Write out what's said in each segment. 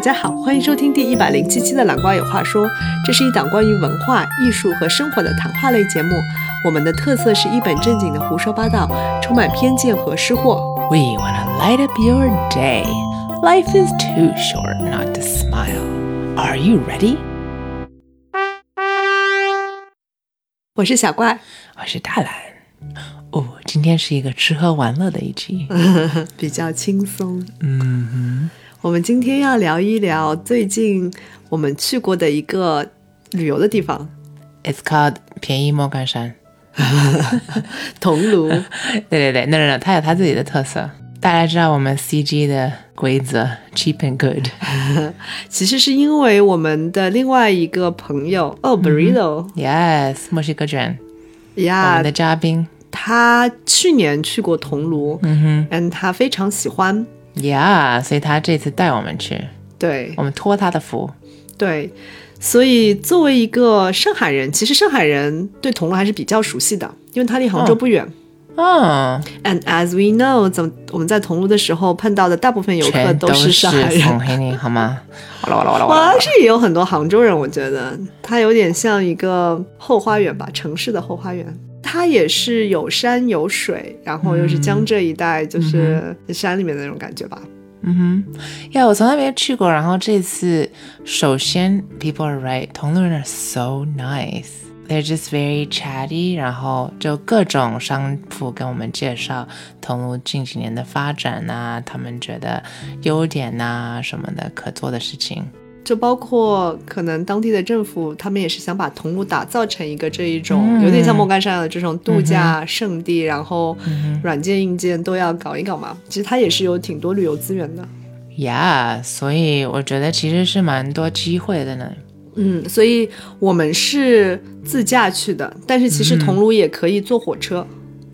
家好，欢迎收听第一百零七期的《懒瓜有话说》，这是一档关于文化艺术和生活的谈话类节目。我们的特色是一本正经的胡说八道，充满偏见和失货。 We want to light up your day. Life is too short not to smile. Are you ready? 我是小怪，我是大蓝。哦，今天是一个吃喝玩乐的一期。嗯比较轻松。嗯我们今天要聊一聊最近我们去过的一个旅游的地方哼，It's called 便宜莫干山。 ——桐 庐。对对对，那那那，它有它自己的特色。大家知道我们 CG 的规则，cheap and good。 其实是因为我们的另外一个朋友哦，Burrito 嗯 Yes，墨西哥卷，我呀们的嘉宾。他去年去过桐庐，嗯哼，他非常喜欢。 Yeah，所以他这次带我们去，对我们托他的福。对，所以作为一个上海人，其实上海人对桐庐还是比较熟悉的，因为它离杭州不远。嗯， And as we know，怎么我们在桐庐的时候碰到的大部分游客全都是是上海人冯。黑宁，好吗？哇啦哇啦哇啦哇 啦哇，！这也有很多杭州人，我觉得它有点像一个后花园吧，城市的后花园。它也是有山有水，然后又是江浙一带，就是山里面的那种感觉吧。嗯哼，呀，我从来没去过。然后这次，首先，people are right，同路人 are so nice。They're just very chatty，然后就各种商铺跟我们介绍桐庐近几年的发展呐、他们觉得优点呐、什么的可做的事情。就包括可能当地的政府，他们也是想把桐庐打造成一个这一种、嗯有点像莫干山的这种度假胜地，然后嗯软件硬件都要搞一搞嘛。其实它也是有挺多旅游资源的， Yeah，所以我觉得其实是蛮多机会的呢。嗯，所以我们是自驾去的，但是其实桐庐也可以坐火车、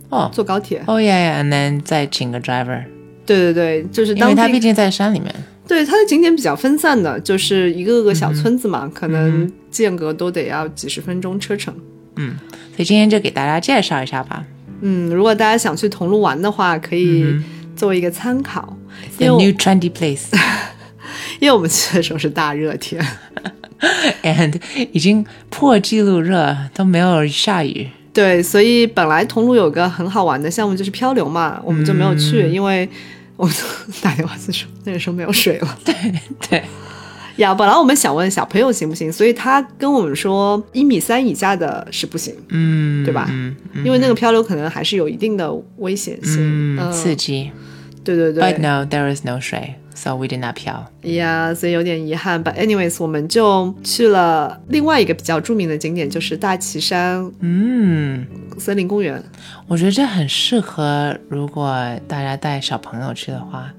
哦坐高铁。嗯哦呀，and then 再请个 driver，对对对，就是因当为它地毕竟在山里面。对它的景点比较分散的，就是一个个小嗯村子嘛，可能间隔都得要几十分钟车程。嗯，所以今天就给大家介绍一下吧。嗯，如果大家想去桐庐玩的话，可嗯以作为一个参考， It's 因为 a 我 new trendy place。 因为我们去的时候是大热天， and 已经破纪录热，都没有下 雨。对，所以本来桐庐有个很好玩的项目就是漂流嘛，我们就没有去，嗯因为我们打电话是说那个时候没有水了。 对，呀，本来我们想问小朋友行不行，所以他跟我们说一米三以下的是不行，嗯，对吧嗯因为那个漂流可能还是有一定的危险性。嗯，刺激。对对 But 对， no, there is no 水，so we did not 漂。哎呀所以有点遗憾。But anyways，我们就去了另外一个比较著名的景点，就是大旗山嗯，森林公园。我觉得这很适合，如果大家带小朋友去的话。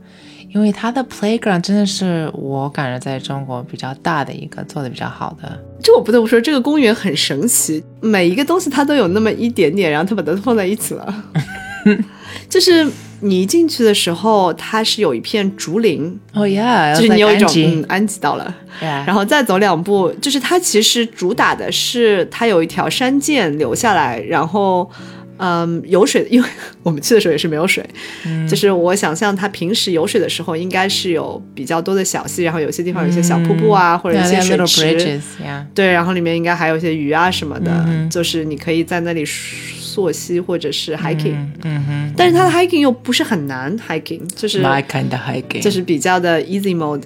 因为它的 playground 真的是我感觉在中国比较大的一个做的比较好的，这我不得不说，这个公园很神奇，每一个东西它都有那么一点点，然后它把它放在一起 了。就是你一进去的时候，它是有一片竹林，哦、yeah，就是你有一种嗯嗯，安吉到了。然然后再走两步，就是它其实主打的是它有一条山涧流下来，然后。嗯，有水，因为我们去的时候也是没有水，嗯就是我想象它平时有水的时候，应该是有比较多的小溪，然后有些地方有一些小瀑布嗯啊，或者一些水 little 池， bridges，yeah，对，然后里面应该还有一些鱼啊什么的，嗯就是你可以在那里溯溪或者是 hiking，、嗯嗯哼，但是它的 hiking 又不是很难 hiking，就是，my kind of hiking，就是比较的 easy mode，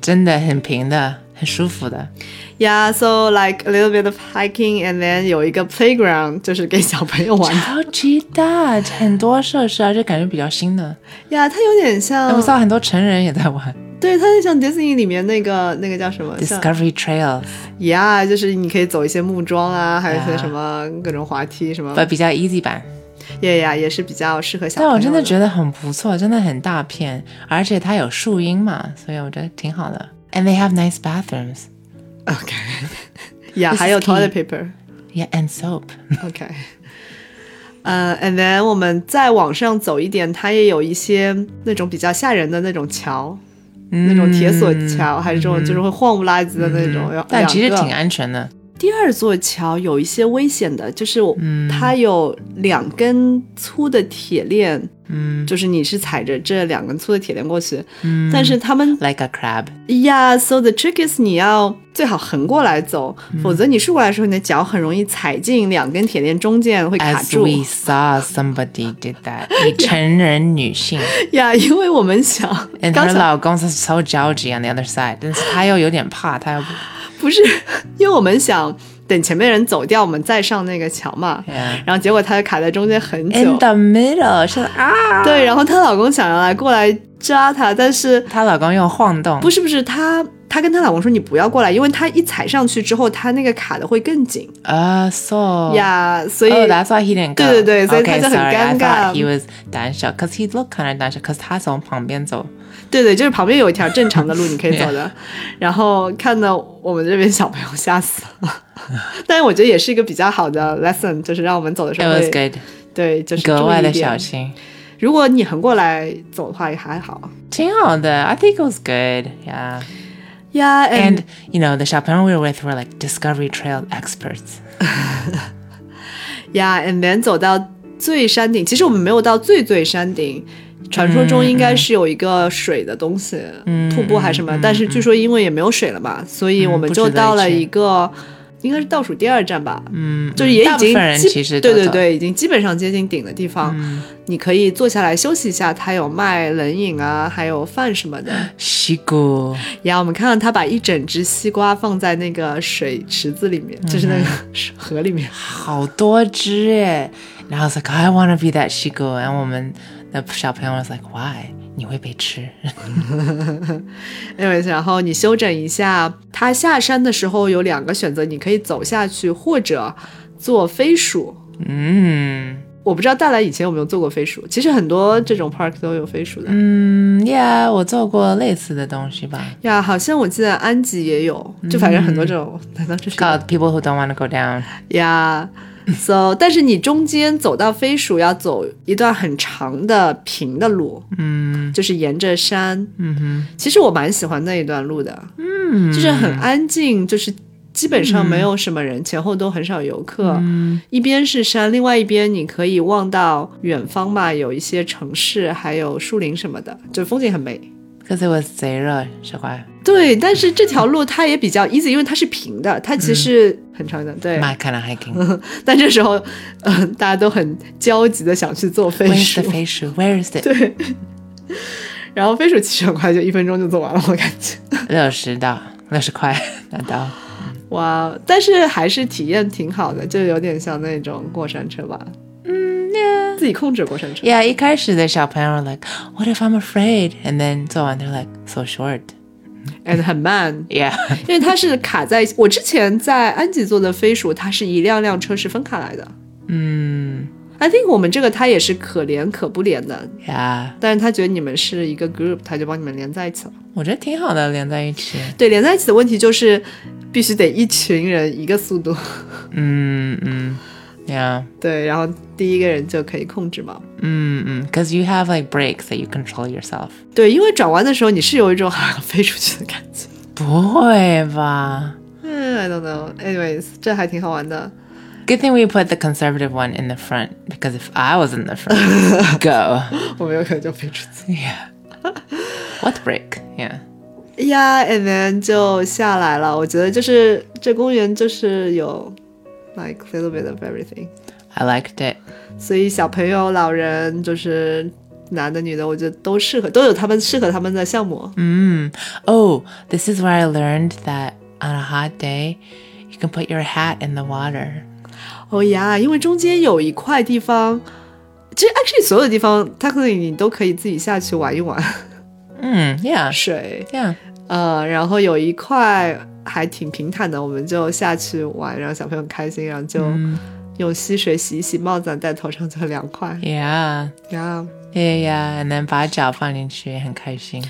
真的很平的，很舒服的。 Yeah, so like a little bit of hiking, and then 有一个 playground，就是给小朋友 玩的。超级大，很多设施，而且感觉比较新的。呀它有点那哎我像知，道很多成人也在玩对，它就像 Disney 里面那个那个叫什么？像 Discovery Trails， Yeah，就是你可以走一些木桩啊，还有一些 Yeah 什么各种滑梯什么。不比较 easy 版。 Yeah, yeah，也是比较适合小朋但友。我真的觉得很不错，真的很大片，而且它有树荫嘛，所以我觉得挺好的。And they have nice bathrooms, 得 OK。Yeah， This is 还有 key toilet paper。 yeah, and soap. OK。呃、a n d then 我们再往上走一点，它也有一些那种比较吓人的那种桥，那嗯种铁索桥，还是这种就是会晃不拉几的那种。有但其实两个挺安全的。第二座桥嗯有一些危险的，就是我它有两根粗的铁链嗯就是你是踩着这两根粗的铁链过去，但是他们，like a crab，呀、s o the trick is 你要最好横过来走，嗯否则你竖过来的时候，你的脚很容易踩进两根铁链中间会卡 As 住。 we saw somebody did that，以成人女性呀因为我们想，and 刚她想老公是 so judgy on the other side，但是她又有点怕，她又不不是，因为我们想等前面人走掉，我们再上那个桥嘛。 Yeah 然后结果她就卡在中间很久 in。the middle，是啊，对，然后她老公想要来过来扎她，但是她老公又晃动，不是不是她。她跟她老公说：“你不要过来，因为她一踩上去之后，她那个卡的会更紧啊，so 呀所以 Oh, that's why he didn't go. 对对对所以 Okay, 他就很 sorry, I 尴 thought 尬 he was 胆小，cause he looked kind of 胆小，cause 他从旁边走。对对，就是旁边有一条正常的路，你 可以走的。然后看到我们这边小朋友吓死了， 但是我觉得也是一个比较好的 lesson，就是让我们走的时 It 候 was 会 good，对，就是格注外意一的点小心，如果你横过来走的话也还好。挺好的。I think it was good. Yeah. Yeah, and, And you know, the 小朋友 we were with were like Discovery Trail experts. yeah, and then 走到最山顶，其实我们没有到最最山顶。传说中应该是有一个水的东西，嗯瀑布还是什么，但是据说因为也没有水了嘛，所以我们嗯不值就得到了去一个，应该是倒数第二站吧，嗯，就是也已大部经分人基其实都对对走，嗯对，已经基本上接近顶的地方，你可以坐下来休息一下。它有卖冷饮啊，还有饭什么的。西谷呀，我们看到他把一整只西瓜放在那个水池子里嗯面，就是那个河里面。好多只耶。然后 I was like, I want to be that 西谷。然后我们的小朋友 was like, Why？你会被吃？ anyways，然后你休整一下。他下山的时候有两个选择，你可以走下去，或者坐飞鼠。嗯。我不知道大来以前有没有做过飞鼠，其实很多这种 park 都有飞鼠的。嗯，Yeah，我做过类似的东西吧。呀，好像我记得安吉也有，就反正很多这种。难道这是一个 Got people who don't want to go down。 呀、so，但是你中间走到飞鼠要走一段很长的平的路，嗯就是沿着山。嗯哼，其实我蛮喜欢那一段路的，嗯，就是很安静，就是基本上没有什么人，前后都很少游客。嗯一边是山，另外一边你可以望到远方嘛，有一些城市，还有树林什么的，就风景很美。 ，Cause it was 贼热，小乖，对，但是这条路它也比较 easy，因为它是平的，它其实很长的。对， my kind of hiking。嗯 但这时候，嗯、大家都很焦急的想去做飞 Where's 鼠 the，飞鼠？Where is it？对。然后飞鼠其实很快就一分钟就做完了，我感觉，六十到六十块，拿到。哇！但是还是体验挺好的，就有点像那种过山车吧，嗯，自己控制过山车， Yeah，一开始的小朋友 were like what if I'm afraid？And then 做完 they're like so short。 and 很慢， Yeah，因为它是卡在我之前在安吉做的飞鼠，它是一辆辆车是分开来的。嗯 I think 我们这个它也是可连可不连的， ，Yeah，但是他觉得你们是一个 group，他就帮你们连在一起了。我觉得挺好的，连在一起。对，连在一起的问题就是必须得一群人一个速度， 嗯嗯，Yeah。对，然后第一个人就可以控制嘛。 Mm-mm. Because you have like breaks that you control yourself. 对，因为转弯的时候你是有一种飞出去的感觉。 Good 嗯，I don't know. Anyways，这还挺好玩的。 thing we put the conservative one in the front because if I was in the front, go. 我们有可能就飞出去。 Yeah. What break? Yeah. 呀、yeah,，and then 就下来了。我觉得就是这公园就是有 like little bit of everything， I liked it. 所以小朋友、老人就是男的、女的，我觉得都适合，都有他们适合他们的项目。 Mm. Oh, this is where I learned that on a hot day, you can put your hat in the water. 哦呀，因为中间有一块地方，其实 actually 所有的地方 t e c h n i c a l l y 你都可以自己下去玩一玩 Mm. Yeah. 水， Yeah. 呃，然后有一块还挺平坦的，我们就下去玩，让小朋友开心，然后就用溪水洗一洗帽子戴头上就很凉快 Yeah. 呀。 Yeah. Yeah. And then 把脚放进去，很开心。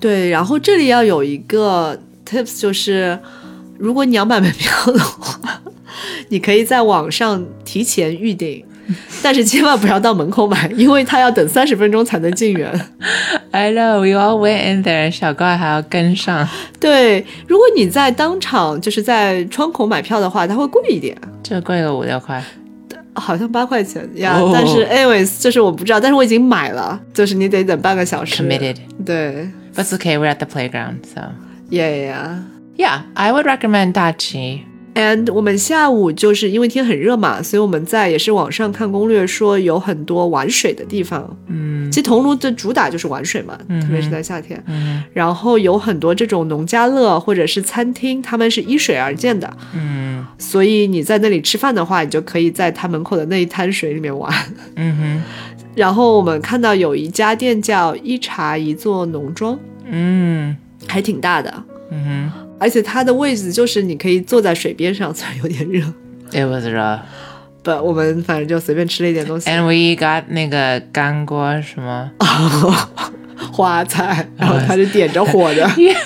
对，然后这里要有一个 tips 就是，如果你要买门票的话，你可以在网上提前预定。但是千万不要到门口买，因为他要等三十分钟才能进园。 I know we all went in there and 小怪还要跟上。对，如果你在当场就是在窗口买票的话，它会贵一点，这贵个五六块，好像八块钱呀哦但是 anyways，就是我不知道，但是我已经买了，就是你得等半个小时。 committed. 对 But it's okay, we're at the playground, so. ，yeah yeah。 Yeah, I would recommend Dachi. And 我们下午就是因为天很热嘛，所以我们在也是网上看攻略说有很多玩水的地方。Mm, 嗯，其实桐庐的主打就是玩水嘛，特别是在夏天。嗯，mm-hmm, 然后有很多这种农家乐或者是餐厅，他们是依水而建的。mm-hmm, 嗯，所以你在那里吃饭的话，你就可以在他门口的那一滩水里面玩。 Mm 然后我们看到有一家店叫一茶一座农庄， hmm. Mm. 还挺大的， Mm 而且它的位置就是你可以坐在水边上，虽 然有点热。 hmm. It was rough. 不，我们反正就随便吃了一点东西， And we got 那个干锅什么。，花菜，然后它是点着火的 yeah,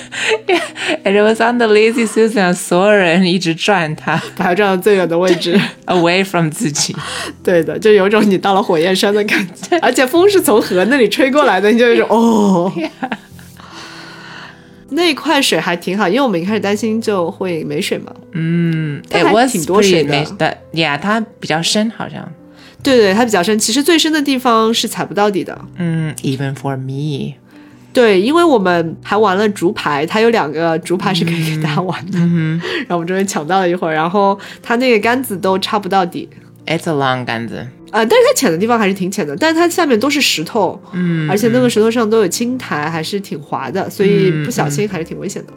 yeah. And it was on the lazy Susan, 所有人一直转他把它站到最远的位置。 away from 自己。对的，就有一种你到了火焰山的感觉，而且风是从河那里吹过来的，你就有一种哦。那块水还挺好，因为我们一开始担心就会没水嘛。 It 它还 was 挺多水的。 pretty，但yeah，它比较深好像。嗯，even 对对，它比较深，其实最深的地方是踩不到底的。 for me。对，因为我们还玩了竹排，它有两个竹排是可以给大家玩的， 然后我们这边抢到了一会儿，然后它那个杆子都插不到底， It's a long 杆子。啊，但是它浅的地方还是挺浅的，但是它下面都是石头，嗯，嗯而且那个石头上都有青苔，还是挺滑的，所以不小心还是挺危险的。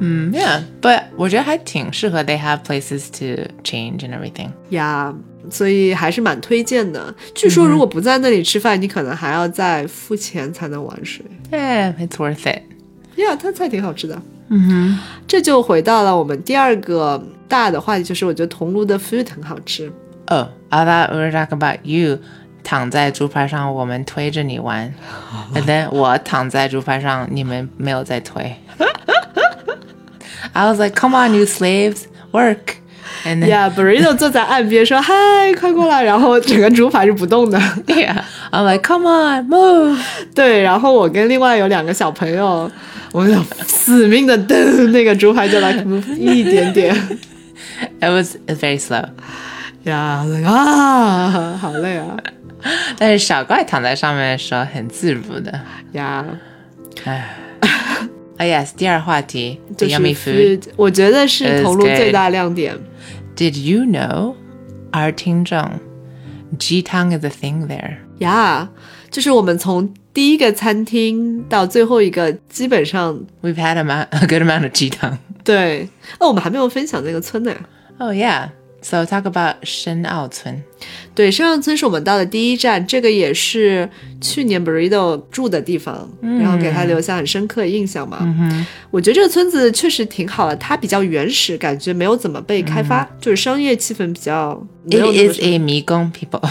嗯，Yeah, but 我觉得还挺适合。They have places to change and everything. 呀所以还是蛮推荐的。据说如果不在那里吃饭，你可能还要再付钱才能玩水。 Yeah, it's worth it. 呀，它菜挺好吃的。嗯这就回到了我们第二个大的话题，就是我觉得桐庐的 food 很好吃。哼。Oh, I thought we were talking about you. 躺在竹排上，我们推着你 玩。And then 我躺在竹排上，你们没有在推。I was like, come on, you slaves, work. And then 呀、b u r r i t o 坐在岸边说：“嗨，快过来！”然后整个竹排是不动的。 yeah, I'm like, come on, move. 对，然后我跟另外有两个小朋友，我们俩死命的蹬那个竹排，就来 move 一点 点 It was very slow. 呀啊，好累啊但是小怪躺在上面的时候很自如的。呀！ Oh yes，第二话题就，the 是 yummy food。 food，我觉得是 is 桐庐 good 最大亮点。 Did you know our Tingzhong Ji Tang is a thing there? 呀就是我们从第一个餐厅到最后一个，基本上 We've had a, ma- a good amount of Ji Tang. 对。哦，我们还没有分享那个村呢。 Oh yeah. So talk about Shen Ao Cun. 对，山上村是我们到的第一站，这个也是去年 Burrito 住的地方，嗯然后给他留下很深刻的印象嘛。我觉得这个村子确实挺好的，它比较原始，感觉没有怎么被开发，就是商业气氛比较没嗯有 It 那么 is a Migong people.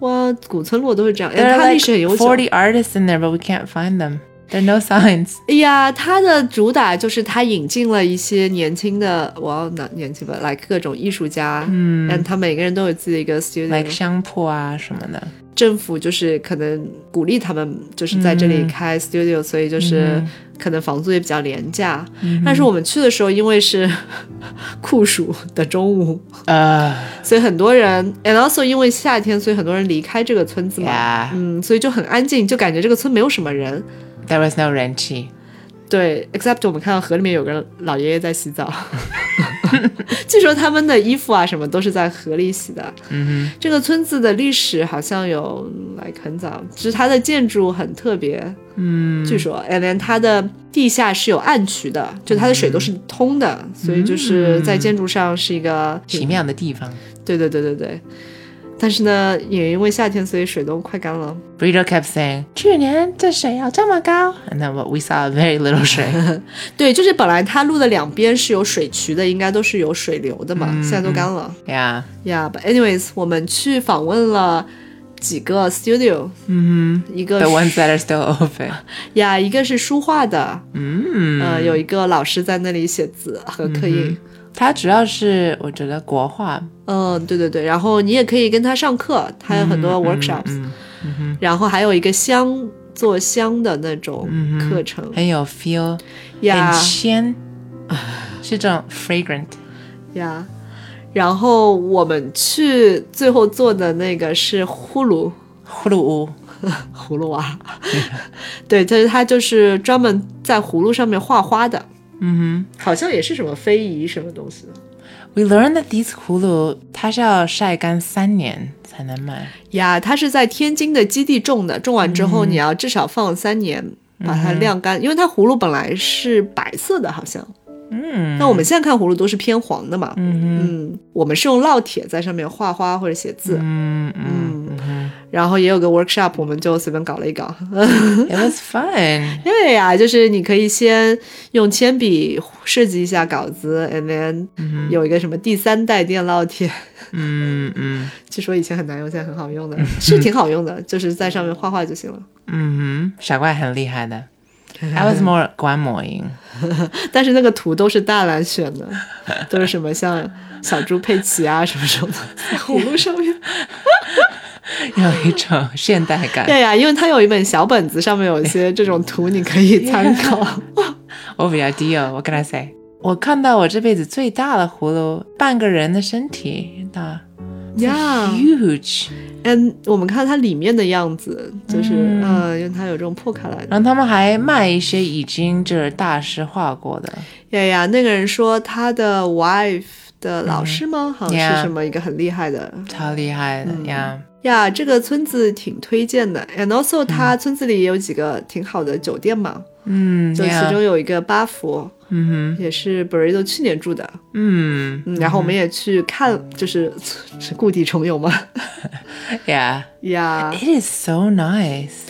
哇，古村落都是这样， There 但 are 它历史很 like 悠久。 40 artists in there, but we can't find them. There are no signs. 哎呀，它的主打就是它引进了一些年轻的，我要拿年轻吧，来各种艺术家，嗯，但他每个人都有自己的一个 studio， Like ah, 香铺啊什么的。政府就是可能鼓励他们就是在这里嗯开 studio，、所以就是可能房租也比较廉价。嗯但是我们去的时候，因为是 酷暑的中午， Uh, 所以很多人，and also 因为夏天，所以很多人离开这个村子嘛 Yeah 嗯，所以就很安静，就感觉这个村没有什么人。 there was no renchi. 对，except 我们看到河里面有个老爷爷在洗澡， 据说他们的衣服啊什么都是在河里洗的。嗯这个村子的历史好像有来很早，只是它的建筑很特别。嗯，据说，哎，连它的地下是有暗渠的，就它的水都是通的，所以就是在建筑上是一个挺。奇妙的地方。对对对对对。但是呢，也因为夏天，所以水都快干了。 Burrito kept saying, 去年这水要这么高? And then what we saw very little 水.对，就是本来它路的两边是有水渠的，应该都是有水流的嘛，现在都干了。 yeah. Yeah, but anyways，我们去访问了几个 studio，嗯一个 Mm-hmm. The 是 ones that are still open. Mm. 呀一个是书画的，嗯，呃，有一个老师在那里写字和刻印，它主要是我觉得国画，嗯对对对，然后你也可以跟他上课，他有很嗯多 workshops，、然后还有一个香做香的那种课程，很有 feel，呀很鲜，是这种 fragrant。呀。然后我们去最后坐的那个是呼噜呼噜屋，葫芦娃、啊 对，就是他就是专门在葫芦上面画花的，嗯好像也是什么非遗什么东西的。哼，We learned that these 葫芦它是要晒干三年才能卖。呀，它是在天津的基地种的，种完之后你要至少放三年。把它晾干，因为它葫芦本来是白色的，好像。嗯，那我们现在看葫芦都是偏黄的嘛。嗯嗯，我们是用烙铁在上面画花或者写字。嗯嗯嗯，嗯然后也有个 workshop，我们就随便搞了一搞。 ，It was fun。 对呀、就是你可以先用铅笔设计一下稿子，and then 嗯有一个什么第三代电烙铁，嗯嗯据说以前很难用，现在很好用的，是挺好用的，就是在上面画画就行 了。嗯哼，傻瓜很厉害的。I was more 观摩营。但是那个图都是大蓝选的，都是什么像小猪佩奇啊什么什么的，在葫芦上 面。有一种现代 感。对呀、因为它有一本小本子，上面有一些这种图，你可以参考。我比较低哦，我跟他 say，我看到我这辈子最大的葫芦，半个人的身体大 Yeah， ，huge。嗯，我们看它里面的样子，就是嗯嗯、因为它有这种破开来的。然后他们还卖一些已经就是大师画过的，呀呀，那个人说他的 wife 的老师吗？好像 Yeah 是什么一个很厉害的。超厉害嗯的呀！呀这个村子挺推荐的，and also 它村子里也有几个挺好的酒店嘛，嗯，就其呀中有一个巴福，嗯哼，也是 Burrito 去年住的，嗯嗯，然后我们也去看，就是 是故地重游嘛， ，Yeah，it 呀 is so nice。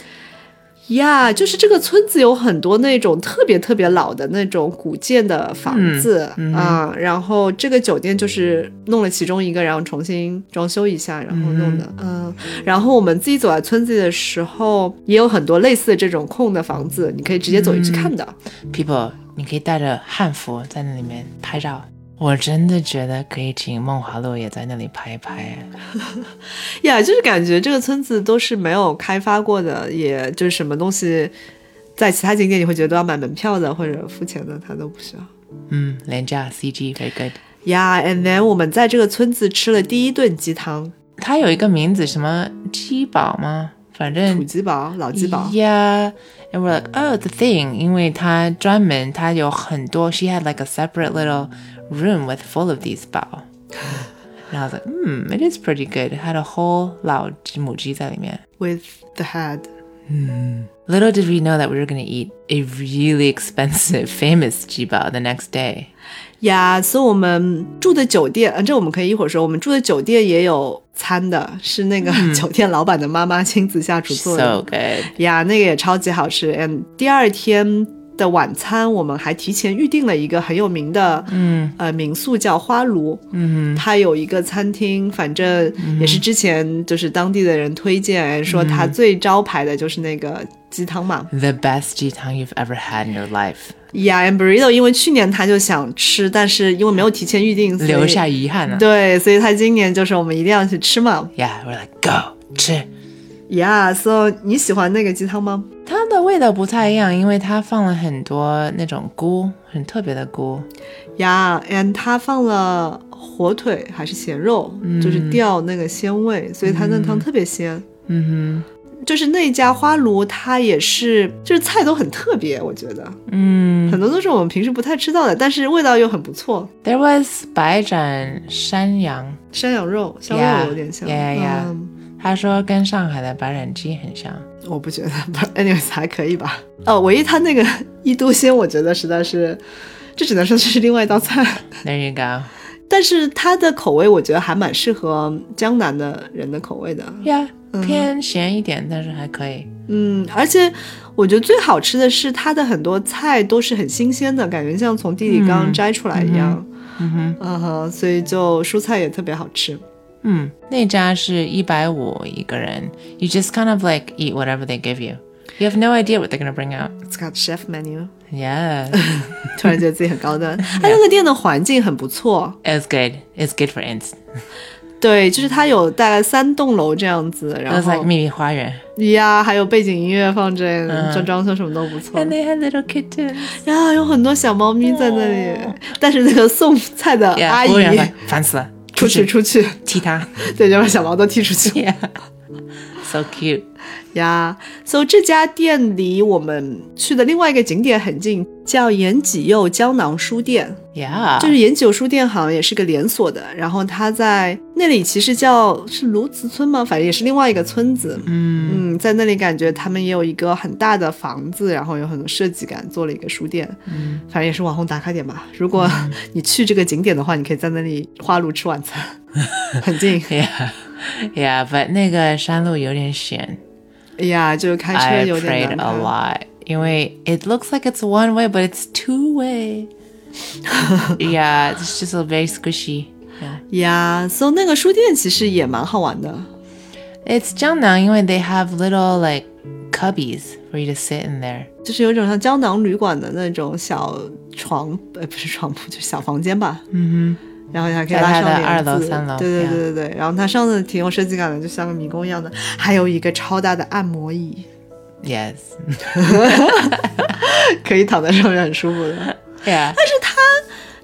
呀，就是这个村子有很多那种特别特别老的那种古建的房子啊、嗯嗯然后这个酒店就是弄了其中一个，然后重新装修一下，然后弄的，嗯然后我们自己走在村子里的时候，也有很多类似的这种空的房子，你可以直接走嗯进去看的。 People，你可以带着汉服在那里面拍照。我真的觉得可以请梦华录也在那里拍一拍。呀就是感觉这个村子都是没有开发过的，也就是什么东西，在其他景点你会觉得都要买门票的或者付钱的，它都不需要。嗯，廉价 CG，very good。呀、a n d then 我们在这个村子吃了第一顿鸡汤，它有一个名字，什么鸡堡吗？反土正鸡堡、老鸡堡。 Yeah, and we're like, oh, the thing，因为它专门它有很多，she had like a separate little room with full of these 堡。然后 I was like, hmm, it is pretty good. Had a whole 老鸡母鸡在里面。 With the head， Little did we know that we were going to eat a really expensive, famous 鸡堡 the next day. 呀，所以我们住的酒店，呃，这我们可以一会儿说。我们住的酒店也有餐的，是那个酒店老板的妈妈亲自下厨做的。嗯 So good. 呀那个也超级好吃。And 第二天的晚餐，我们还提前预定了一个很有名的，嗯，呃，民宿叫花炉。嗯哼，嗯它有一个餐厅，反正也是之前就是当地的人推荐，说它最招牌的就是那个鸡汤嘛。 The best 鸡汤 you've ever had in your life. Yeah, and burrito，因为去年他就想吃，但是因为没有提前预定，所以留下遗憾啊。对，所以他今年就是我们一定要去吃嘛。 Yeah, we're like, go 吃。 Yeah, so 你喜欢那个鸡汤吗？它的味道不太一样，因为它放了很多那种菇，很特别的菇。呀、yeah,，and 它放了火腿还是咸肉，就是吊那个鲜味，所以它那汤特别鲜。嗯就是那家花炉，它也是，就是菜都很特别，我觉得哼，嗯很多都是我们平时不太吃到的，但是味道又很不错。 ，There was 白斩山羊，山羊肉，香 Yeah, 肉有点像 yeah, yeah. 嗯，他说跟上海的白斩鸡很像。我不觉得 ，but anyways 还可以吧。哦，唯一它那个一都鲜，我觉得实在是，这只能说是另外一道菜。 There you go. 但是它的口味，我觉得还蛮适合江南的人的口味的。 Yeah，、偏咸一点，但是还可以。嗯，而且我觉得最好吃的是它的很多菜都是很新鲜的，感觉像从地里刚刚摘出来一样。嗯哼，嗯哼，所以就蔬菜也特别好吃。嗯，那家是一百五一个人。You just kind of like eat whatever they give you. You have no idea what they're gonna bring out. It's got chef menu， Yeah, 突然觉得自己很高端。它那个店的环境很不错， it's good. It's good for ants. 对，就是它有大概三栋楼这样子， It 然 was like 后秘密花园呀，还有背景音乐放着，装装修什么都不错。 ，and they had little kittens. 呀，有很多小猫咪在那里，但是那个送菜的 Yeah，阿姨 服务员说烦死了。出去出去，嗯踢他 对，就把小毛都踢出去，so cute。呀。So 这家店离我们去的另外一个景点很近，叫岩脊右胶囊书店。 Yeah，就是岩九书店好像也是个连锁的，然后它在那里其实叫是卢子村吗？反正也是另外一个村子。嗯嗯，在那里感觉他们也有一个很大的房子，然后有很多设计感，做了一个书店，嗯，反正也是网红打卡点吧。如果 你去这个景点的话，你可以在那里花路吃晚 餐，很近。 ，Yeah，Yeah，but 那个山路有点险哎呀，就是开车 I 有点难 prayed a 看。 lot. 因为 it looks like it's one way, but it's two way. yeah, it's just a very squishy. Yeah. 呀，So 那个书店其实也蛮好玩的。 It's 胶囊，因为 they have little like cubbies for you to sit in there. 就是有一种像胶囊旅馆的那种小床，呃，不是床铺，就是小房间吧。嗯然后你还可以在拉它上的帘二楼子三楼对对对啊对对对。然后它上的挺有设计感的，就像个迷宫一样的。还有一个超大的按摩椅，哼，Yes. 可以躺在上面很舒服的。 Yeah.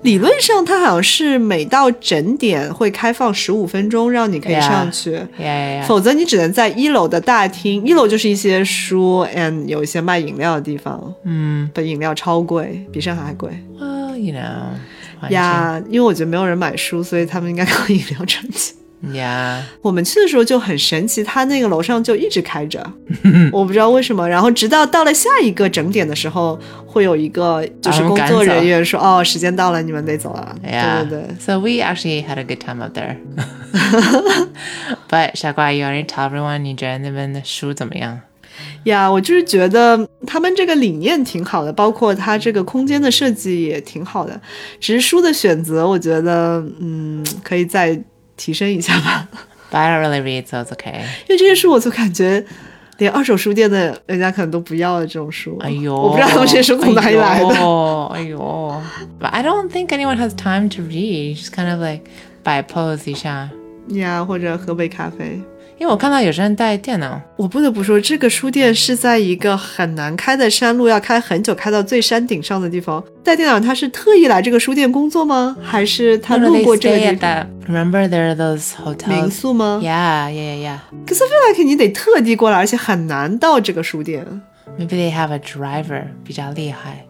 理论上它好像是每到整点会开放十五分钟，让你可以 Yeah 上去。 Yeah. Yeah. yeah. 否则你只能在一楼的大厅，一楼就是一些书 and 有一些卖饮料的地方，嗯但饮料超贵，比上海还贵。Mm. ，Well, you know. 环境呀因为我觉得没有人买书，所以他们应该靠饮料赚钱。 Yeah. 我们去的时候就很神奇，它那个楼上就一直开 着，我不知道为什么。然后直到到了下一个整点的时候，会有一个就是把他工们赶哎作人员说：“哦，时间到了，你们得走了。 Yeah. 对对对。 So we actually had a good time up there. but Shagua, you already tell everyone 你觉得那边的书怎么样？呀我就是觉得他们这个理念挺好的，包括它这个空间的设计也挺好的。只是书的选择，我觉得嗯，可以再提升一下吧。 But I don't really read, so it's okay. 因为这些书，我就感觉连二手书店的人家可能都不要了这种书。哎呦，我不知道他们这些书从哪里来的。哎呦，哎呦。But I don't think anyone has time to read. You just kind of like by pose 呀，或者喝杯咖啡。一下。因为我看到有些人带电脑。Yeah, 我不得不说，这个书店是在一个很难开的山路，要开很久，开到最山顶上的地方。带电脑他是特意来这个书店工作吗？还是他路 they 过这个 stay 地 at 方 that. Remember there are those 民 hotels. 宿吗 Yeah, yeah, yeah, ？Cause I feel like 你得特地过来，而且很难到这个书店。 yeah. Maybe they have a driver 比较厉害。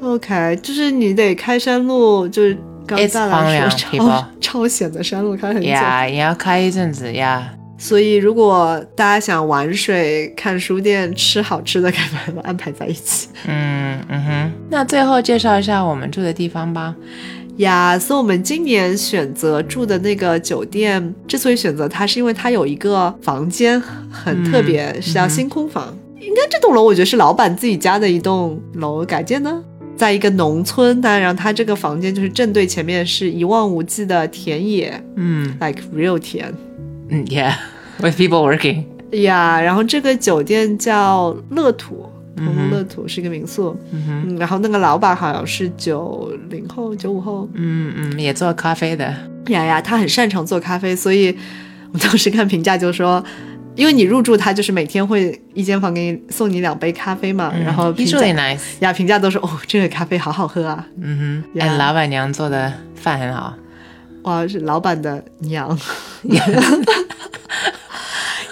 OK，就是你得开山路，就是刚 It's 大来荒凉说，people 超 超险的山路，开很久。 Yeah, 也要开一阵子，Yeah. 所以如果大家想玩水、看书店、吃好吃的，可以把它们安排在一起。嗯嗯哼，那最后介绍一下我们住的地方吧。 呀，所以我们今年选择住的那个酒店，之所以选择它，是因为它有一个房间很特别，是叫星空房。嗯应该这栋楼我觉得是老板自己家的一栋楼改建的，在一个农村，当然它这个房间就是正对前面是一望无际的田野嗯，like real 田。嗯，Yeah，with people working。呀，然后这个酒店叫乐土，嗯同哼乐土是一个民宿，嗯哼，嗯，然后那个老板好像是九零后、九五后，嗯嗯，也做咖啡的。雅雅她很擅长做咖啡，所以我当时看评价就说，因为你入住她就是每天会一间房给你送你两杯咖啡嘛，嗯然后评价 usually nice。呀评价都说哦这个咖啡好好喝啊，嗯哼， Yeah 哎，老板娘做的饭很好。哇是老板的娘。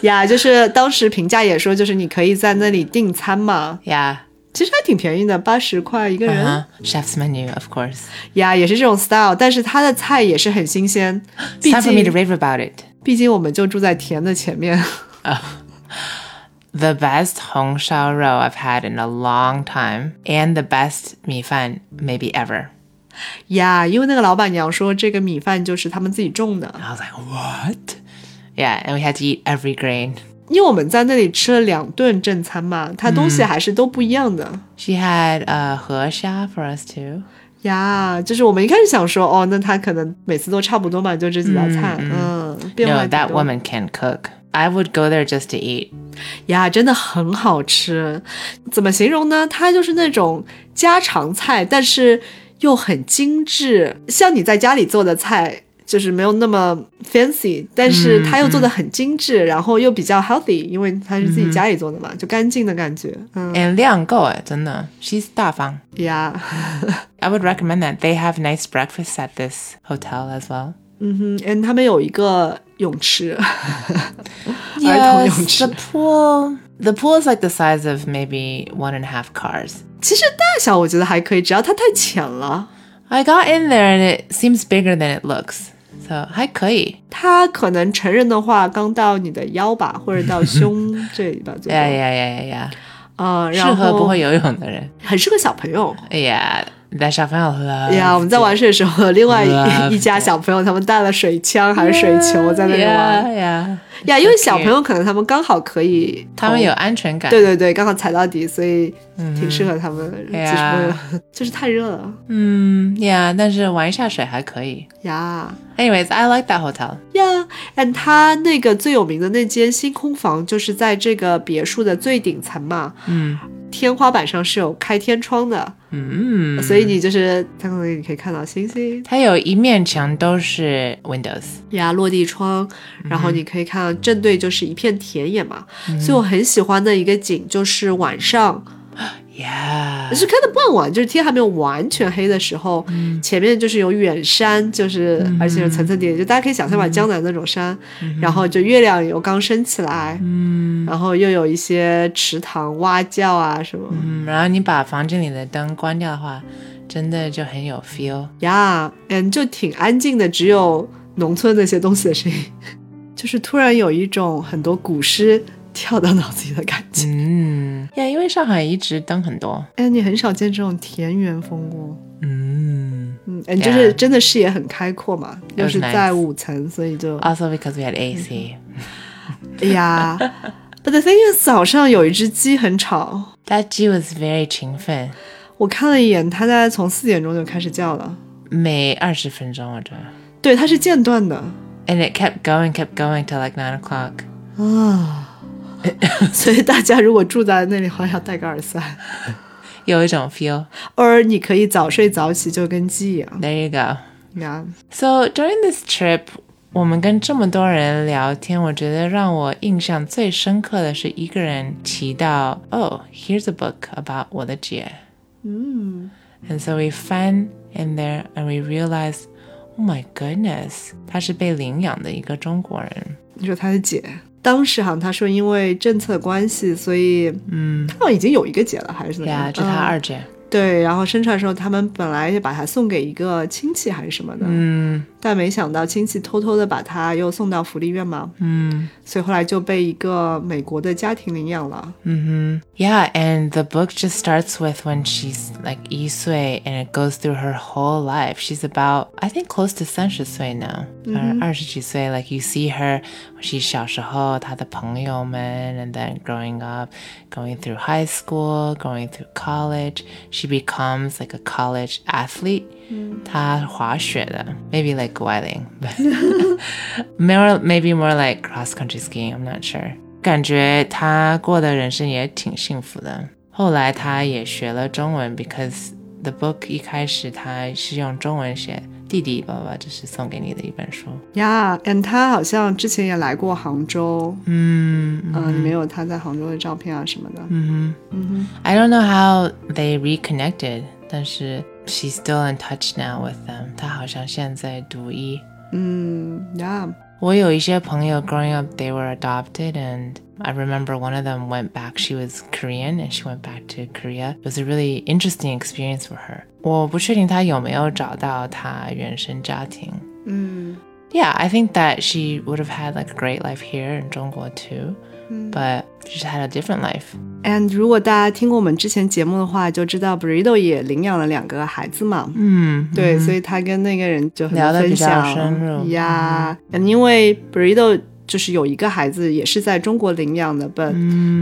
呀就是当时评价也说，就是你可以在那里订餐嘛， Yeah，其实还挺便宜的，八十块一个人。嗯哼，chef's menu，of course。呀也是这种 style，但是它的菜也是很新鲜，毕 Time for me to 竟 rave about it。毕竟我们就住在田的前面。 The best 红烧肉 I've had in a long time, and the best 米饭 maybe ever. 呀因为那个老板娘说这个米饭就是他们自己种的， I was like, what? Yeah, and we had to eat every grain. 因为我们在那里吃了两顿正餐嘛，它东西还是都不一样的。 She had uh, 河虾 for us too. 呀就是我们一开始想说，哦，那他可能每次都差不多嘛，就这几道菜，嗯，变化挺 No, 多 that woman can cook. I would go there just to eat. 呀真的很好吃。怎么形容呢？它就是那种家常菜，但是又很精致，像你在家里做的菜。就是没有那么 fancy，但是它又做的很精致，然后又比较 healthy，因为它是自己家里做的嘛，就干净的感觉。嗯 And eh, 量够哎，真的。She's 大方.呀 I would recommend that. They have nice breakfasts at this hotel as well. 嗯哼，and 他们有一个泳池，儿童泳 Yes, 池 the。pool. The pool is like the size of maybe one and a half cars. 其实大小我觉得还可以，只要它太浅了， I got in there and it seems bigger than it looks. So 还可以。它可能成人的话刚到你的腰吧，或者到胸这里吧，左右 Yeah, yeah, yeah, yeah, 啊， yeah. 然后哎适合不会游泳的人。Yeah, 很适合小朋友。 that小朋友 love 哎呀，我们在玩水的时候，另外 Love 一一家小朋友他们带了水枪还是水球在那里 Yeah, 玩 yeah. 呀，因为小朋友可能他们刚好可以，哦他们有安全感。对对对，刚好踩到底，所以挺适合他们。哎其实呀我就是太热了嗯，Yeah，但是玩一下水还可以。呀 Anyways, I like that hotel. 呀，and 它那个最有名的那间星空房就是在这个别墅的最顶层嘛，天花板上是有开天窗的，嗯嗯，所以你就是它可能你可以看到星星它有一面墙都是 windows。呀，落地窗，然后你可以看到正对就是一片田野嘛，所以我很喜欢的一个景就是晚上。 Yeah. 是看的傍晚，就是天还没有完全黑的时候，前面就是有远山，就是、而且有层层叠叠，就大家可以想象吧，江南那种山，然后就月亮有刚升起来，然后又有一些池塘蛙叫啊什么嗯，然后你把房间里的灯关掉的话，真的就很有 feel。呀，嗯，就挺安静的，只有农村那些东西的声音， 就是突然有一种很多古诗跳到脑子里的感觉。嗯，呀，因为上海一直灯很多。哎，你很少见这种田园风光。嗯嗯，哎，就是 Yeah 真的视野很开阔嘛， It 又 was 是 nice 啊在五层，所以就哎，also because we had AC。 呀，But the thing is，早上有一只鸡很吵， That G was very 勤奋，我看了一眼，它大概从四点钟就开始叫了。每二十分钟我觉得对，它是间断的，and it kept going, kept going till like nine o'clock。 啊，所以大家如果住在那里，好像要戴个耳塞，有一种 feel。 or 你可以早睡早起，就跟鸡一样 There you go. 呀。 So during this trip，我们跟这么多人聊天，我觉得让我印象最深刻的是一个人提到，Oh, here's a book about 我的姐。嗯。And Mm. so we found in there and we realized, Oh my goodness，她是被领养的一个中国人。你说他的姐，当时好像他说因为政策关系，所以嗯，他好像已经有一个姐了，还是怎么样？呀，这是她嗯二姐。对，然后生产的时候，他们本来就把它送给一个亲戚还是什么的，嗯但没想到亲戚偷偷的把它又送到福利院嘛，嗯所以后来就被一个美国的家庭领养了。嗯哼。Yeah, and the book just starts with when she's like 一岁，and it goes through her whole life. She's about I think close to 三十岁 now，or 二十几岁。Like you see her, she 小时候她的朋友们，and then growing up, going through high school, going through college. She becomes like a college athlete. 她滑雪的，maybe like 谷爱凌，but- more maybe more like cross country skiing. I'm not sure. 感觉她过的人生也挺幸福的。后来她也学了中文，because the book 一开始她是用中文写。弟弟，爸爸，这是送给你的一本书。呀、a n d 他好像之前也来过杭州，嗯嗯嗯、你们有他在杭州的照片啊什么的。嗯嗯哼，I don't know how they reconnected，但是 she's still in touch now with them。她好像现在读医。哼，嗯呀，我有一些朋友 growing up, they were adopted, and I remember one of them went back. She was Korean, and she went back to Korea. It was a really interesting experience for her. 我不确定她有没有找到她原生家庭。嗯 Yeah, I think that she would have had like a great life here in Zhongguo too, 嗯。 but she's had a different life. And 如果大家听过我们之前节目的话，就知道 Brido 也领养了两个孩子嘛。嗯，对，所以他跟那个人就很聊得比分较享深入嗯呀。因为 Brido 就是有一个孩子也是在中国领养的，but、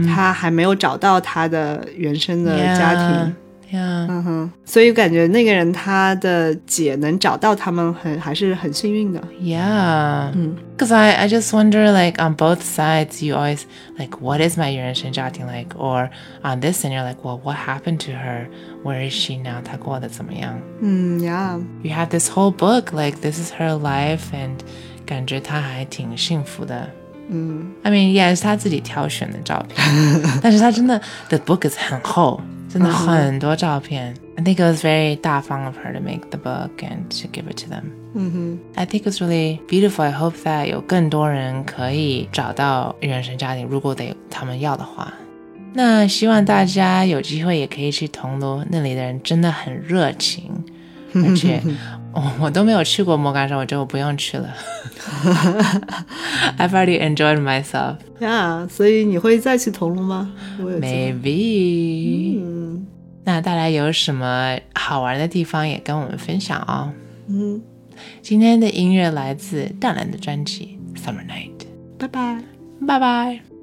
他嗯还没有找到他的原生的家庭。 Yeah. 嗯哼，所以感觉那个人他的姐能找到他们很还是很幸运的。 Yeah. Mm. Because I, I just wonder, like, on both sides, you always, like, what is my Eurasian Jatin like? Or on this end, you're like, well, what happened to her? Where is she now? 她过得怎么样？嗯呀 You have this whole book, like, this is her life, and 感觉她还挺幸福的。嗯 I mean, yeah, 是她自己挑选的照片，但是她真的，the book is 很厚，就是真的嗯哼很多照片。I think it was very 大方 of her to make the book and to give it to them. 嗯哼， I think it's really beautiful. I hope that 有更多人可以找到原生家庭，如果得他们要的话。那希望大家有机会也可以去铜锣，那里的人真的很热情，而且我、我都没有去过摩干山，我觉得我不用去了。I've already enjoyed myself. 呀，所以你会再去桐庐吗？我有机会 Maybe. 嗯那大家有什么好玩的地方也跟我们分享哦。嗯，今天的音乐来自淡蓝的专辑《Summer Night》，拜拜。拜拜。